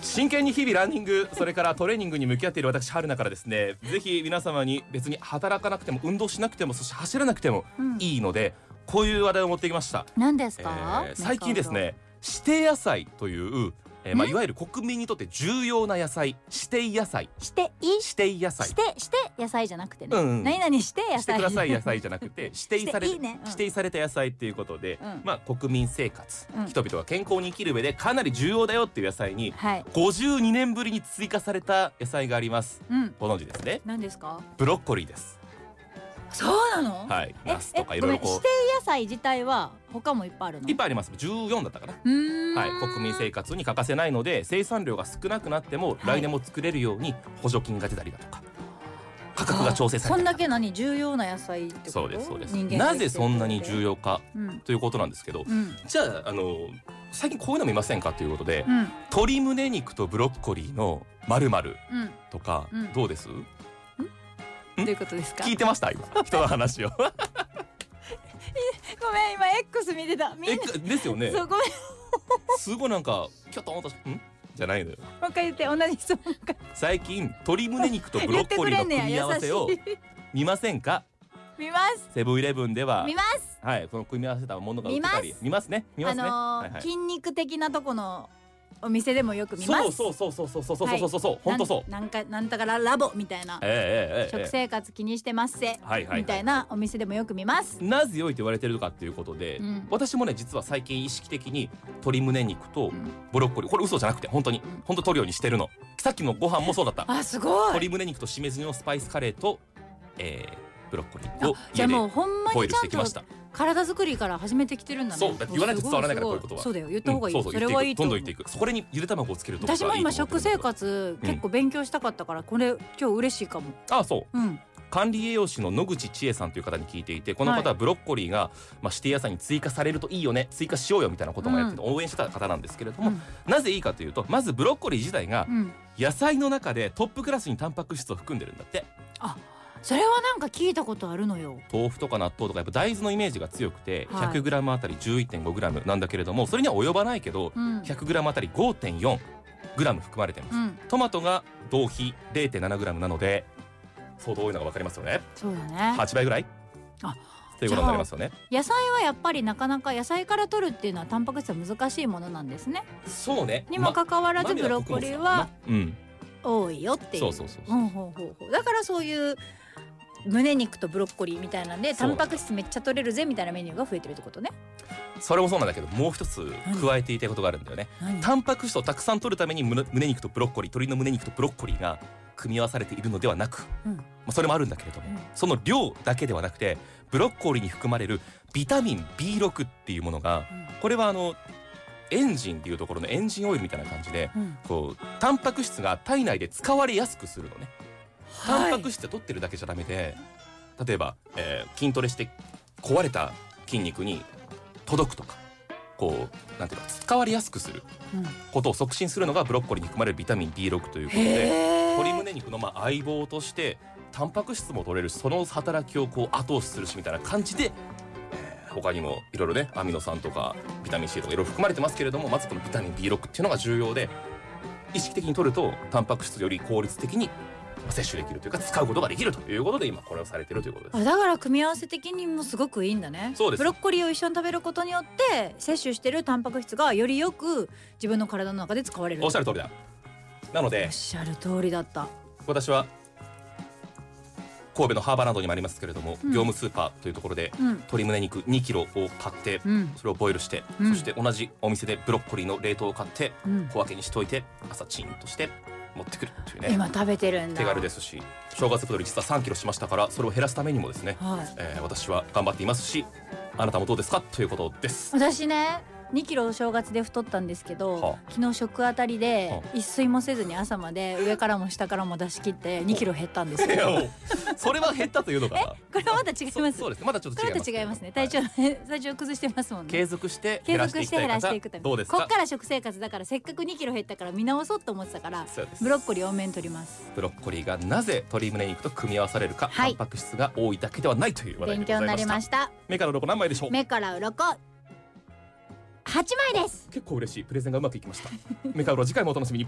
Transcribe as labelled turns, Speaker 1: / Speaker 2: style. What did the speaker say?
Speaker 1: 真剣に日々ランニングそれからトレーニングに向き合っている私春菜からですねぜひ皆様に別に働かなくても運動しなくてもそして走らなくても
Speaker 2: うん
Speaker 1: いいので、こういう話題を持ってきました、
Speaker 2: 何です
Speaker 1: え
Speaker 2: か、
Speaker 1: ー最近ですね指定野菜という、えーまあ、いわゆる国民にとって重要な野菜指定野菜
Speaker 2: していいし
Speaker 1: 指定野菜
Speaker 2: してして野菜じゃなくてね、
Speaker 1: うんうん
Speaker 2: 何々して野菜
Speaker 1: してください野菜じゃなくて指定され
Speaker 2: していいねうん
Speaker 1: 指定された野菜っていうことで、
Speaker 2: うん
Speaker 1: まあ国民生活、
Speaker 2: うん
Speaker 1: 人々が健康に生きる上でかなり重要だよっていう野菜に
Speaker 2: はい
Speaker 1: 52年ぶりに追加された野菜があります
Speaker 2: うん
Speaker 1: ご存知ですね
Speaker 2: 何ですか
Speaker 1: ブロッコリーです
Speaker 2: そうなの、
Speaker 1: はい
Speaker 2: え
Speaker 1: ナスとか
Speaker 2: え
Speaker 1: いろいろ
Speaker 2: ごめん
Speaker 1: こ
Speaker 2: 指定野菜自体は他もいっぱいあるの
Speaker 1: ういっぱいあります14だったかな
Speaker 2: うーん
Speaker 1: はい、国民生活に欠かせないので生産量が少なくなっても
Speaker 2: はい
Speaker 1: 来年も作れるように補助金が出たりだとか価格が調整さ
Speaker 2: そ
Speaker 1: れ
Speaker 2: ん
Speaker 1: たり
Speaker 2: だ
Speaker 1: だとか
Speaker 2: け何重要な野菜ってこと
Speaker 1: そうですそうです
Speaker 2: 人間
Speaker 1: なぜそんなに重
Speaker 2: 要
Speaker 1: 要か
Speaker 2: うん
Speaker 1: ということなんですけど
Speaker 2: うん
Speaker 1: じゃああの最近こういうの見ませんかということで
Speaker 2: うん
Speaker 1: 鶏胸肉とブロッコリーのまるまる
Speaker 2: うん
Speaker 1: とか、
Speaker 2: うん
Speaker 1: どうです
Speaker 2: どういうことですか
Speaker 1: 聞いてました今人の話を
Speaker 2: ごめん今 X 見てたみ ん
Speaker 1: え
Speaker 2: な
Speaker 1: ですよね
Speaker 2: そうごめん
Speaker 1: すごいなんかキョトンとしんじゃないのよ
Speaker 2: もう一回言って同じ質問
Speaker 1: 最近鶏胸肉とブロ
Speaker 2: 言っ
Speaker 1: ッ
Speaker 2: て
Speaker 1: コ
Speaker 2: く
Speaker 1: リー
Speaker 2: れ
Speaker 1: の
Speaker 2: んね
Speaker 1: 組み
Speaker 2: や
Speaker 1: 合わ
Speaker 2: 優しい
Speaker 1: せを見ませんか
Speaker 2: 見ます
Speaker 1: セブンイレブンでは
Speaker 2: 見ます
Speaker 1: はいこの組み合わせたものが売ってたり見ますね見ま
Speaker 2: あ
Speaker 1: すね、
Speaker 2: の
Speaker 1: はいは
Speaker 2: ー
Speaker 1: い
Speaker 2: 筋肉的なとこのお店でもよく見ます
Speaker 1: そうそうそうそうそうそうそうそうそうそう、
Speaker 2: な
Speaker 1: 本
Speaker 2: ん
Speaker 1: 当そう
Speaker 2: なんかなんたからラボみたいな
Speaker 1: ええええええ
Speaker 2: 食生活気にしてますせ
Speaker 1: はいはいはい
Speaker 2: みたいなお店でもよく見ます
Speaker 1: なぜ良いと言われてるのかっていうことで、
Speaker 2: うん
Speaker 1: 私もね実は最近意識的に鶏胸肉と
Speaker 2: ん
Speaker 1: ブロッコリーこれ嘘じゃなくて本当に
Speaker 2: ん
Speaker 1: 本当取るようにしてるのさっきのご飯もそうだった
Speaker 2: あすごい
Speaker 1: 鶏胸肉としめじのスパイスカレーと、えー、ブロッコリー
Speaker 2: あ
Speaker 1: を
Speaker 2: じゃ
Speaker 1: 家
Speaker 2: あもう
Speaker 1: で
Speaker 2: ほんま
Speaker 1: ボイ
Speaker 2: に
Speaker 1: ル
Speaker 2: ち
Speaker 1: してき
Speaker 2: ゃ
Speaker 1: ま
Speaker 2: ん
Speaker 1: し
Speaker 2: と
Speaker 1: た
Speaker 2: 体作りから始めてきてるんだね
Speaker 1: そうだって言わないと伝わらないから
Speaker 2: すご
Speaker 1: こういうことは
Speaker 2: そうだよ言った方がいい、
Speaker 1: うんそうそう
Speaker 2: それ
Speaker 1: 言っ
Speaker 2: は
Speaker 1: て
Speaker 2: い
Speaker 1: い
Speaker 2: い
Speaker 1: く
Speaker 2: と
Speaker 1: どんど
Speaker 2: 思うん
Speaker 1: 言っていくそこれにゆで卵をつけると
Speaker 2: 私も今食生
Speaker 1: 活
Speaker 2: 活
Speaker 1: うん
Speaker 2: 結構勉強したかったからこれ今日嬉しいかも
Speaker 1: あそう
Speaker 2: うん
Speaker 1: 管理栄養士の野口千恵さんという方に聞いていてこの方はブロッコリーが、まあ、指定野菜に追加されるといいよね追加しようよみたいなこともやってて、応援してた方なんですけれども、
Speaker 2: うん
Speaker 1: なぜいいかというとまずブロッコリー自体が
Speaker 2: うん
Speaker 1: 野菜の中でトップクラスにタンパク質を含んでるんだって
Speaker 2: それはなんか聞いたことあるのよ
Speaker 1: 豆腐とか納豆とかやっぱ大豆のイメージが強くて
Speaker 2: はい
Speaker 1: 100g あたり 11.5g なんだけれどもそれには及ばないけど
Speaker 2: うん
Speaker 1: 100g あたり 5.4g 含まれてます、
Speaker 2: うん
Speaker 1: トマトが同比 0.7g なので相当多いのが分かりますよね
Speaker 2: そうだね
Speaker 1: 8倍ぐらい
Speaker 2: あ
Speaker 1: ということになりますよね
Speaker 2: 野菜はやっぱりなかなか野菜から取るっていうのはタンパク質は難しいものなんですね
Speaker 1: そうね
Speaker 2: にもかかわらずブロッコリーは
Speaker 1: うん
Speaker 2: 多いよっていう
Speaker 1: そうそうそうそう
Speaker 2: ほうほうほうほうだからそういう胸肉とブロッコリーみたいなんで
Speaker 1: そ
Speaker 2: タ
Speaker 1: うな
Speaker 2: ン
Speaker 1: んだ
Speaker 2: パク質めっちゃ取れるぜみたいなメニューが増えてるってことね
Speaker 1: それもそうなんだけどもう一つ加えていたいことがあるんだよねタンパク質をたくさん取るためにむね胸肉とブロッコリー鶏の胸肉とブロッコリーが組み合わされているのではなく、
Speaker 2: うん
Speaker 1: まあ、それもあるんだけれども、
Speaker 2: うん
Speaker 1: その量だけではなくてブロッコリーに含まれるビタミン B6 っていうものがこれはあのエンジンっていうところのエンジンオイルみたいな感じで
Speaker 2: うんうん
Speaker 1: こうタンパク質が体内で使われやすくするのね。タンパク
Speaker 2: 質
Speaker 1: 質って取ってるだけじゃダメで例えば、えー筋トレして壊れた筋肉に届くとかこうなんていうか使われやすくすることを促進するのがブロッコリーに含まれるビタミン B6 ということで
Speaker 2: へ
Speaker 1: 鶏
Speaker 2: え
Speaker 1: 胸肉のまあ相棒としてタンパク質も取れるしその働きをこう後押しするしみたいな感じで、えー他にもいろいろねアミノ酸とかビタミン C とかいろいろ含まれてますけれどもまずこのビタミン B6 っていうのが重要で意識的に取るとタンパク質をより効率的に摂取できるというか使うことができるということで今これをされてるということです。
Speaker 2: だから組み合わせ的にもすごくいいんだね
Speaker 1: そうです
Speaker 2: ブロッコリーを一緒に食べることによって摂取してるタンパク質がよりよく自分の体の中で使われる
Speaker 1: おっしゃる通りだなの
Speaker 2: お
Speaker 1: で
Speaker 2: っしゃる通りだった
Speaker 1: 私は神戸のハーバーランドにもありますけれども、
Speaker 2: うん
Speaker 1: 業務スーパーというところで
Speaker 2: うん
Speaker 1: 鶏胸肉2キロを買って、
Speaker 2: うん
Speaker 1: それをボイルして、
Speaker 2: うん
Speaker 1: そして同じお店でブロッコリーの冷凍を買って
Speaker 2: うん
Speaker 1: 小分けにしておいて朝チンとして持ってくるというね
Speaker 2: 今食べてるんだ
Speaker 1: 手軽ですし正月太り実は3キロしましたからそれを減らすためにもですね、
Speaker 2: はい
Speaker 1: えー私は頑張っていますしあなたもどうですかということです。
Speaker 2: 私ね2キロお正月で太ったんですけど、
Speaker 1: は
Speaker 2: 昨日食あたりで
Speaker 1: は
Speaker 2: 一睡もせずに朝まで上からも下からも出し切って2キロ減ったんです
Speaker 1: いや
Speaker 2: よ
Speaker 1: もうそれは減ったというのかな。
Speaker 2: これまた違い
Speaker 1: そ
Speaker 2: ま
Speaker 1: う
Speaker 2: す
Speaker 1: そう
Speaker 2: こ
Speaker 1: ですねまだちょっと違
Speaker 2: れ
Speaker 1: いま
Speaker 2: ますた
Speaker 1: けれ
Speaker 2: 違い
Speaker 1: ど
Speaker 2: ますね体調、体調崩してますもんね
Speaker 1: 継続して
Speaker 2: 継
Speaker 1: 減らして
Speaker 2: 続
Speaker 1: いき
Speaker 2: して
Speaker 1: たい
Speaker 2: 減らして
Speaker 1: 方
Speaker 2: いくため
Speaker 1: どうです
Speaker 2: こ
Speaker 1: か
Speaker 2: っから食生活だからせっかく2キロ減ったから見直そうと思ってたから
Speaker 1: そうです
Speaker 2: ブロッコリー多めに取ります
Speaker 1: ブロッコリーがなぜ鶏胸肉と組み合わされるか、
Speaker 2: はい
Speaker 1: タンパク質が多いだけではないという話題で
Speaker 2: 勉
Speaker 1: ござい
Speaker 2: 強に
Speaker 1: ま
Speaker 2: な
Speaker 1: し
Speaker 2: り
Speaker 1: た
Speaker 2: ました
Speaker 1: 目から鱗何枚でしょう
Speaker 2: 目から鱗8枚です
Speaker 1: 結構嬉しいプレゼンがうまくいきました目から鱗次回もお楽しみに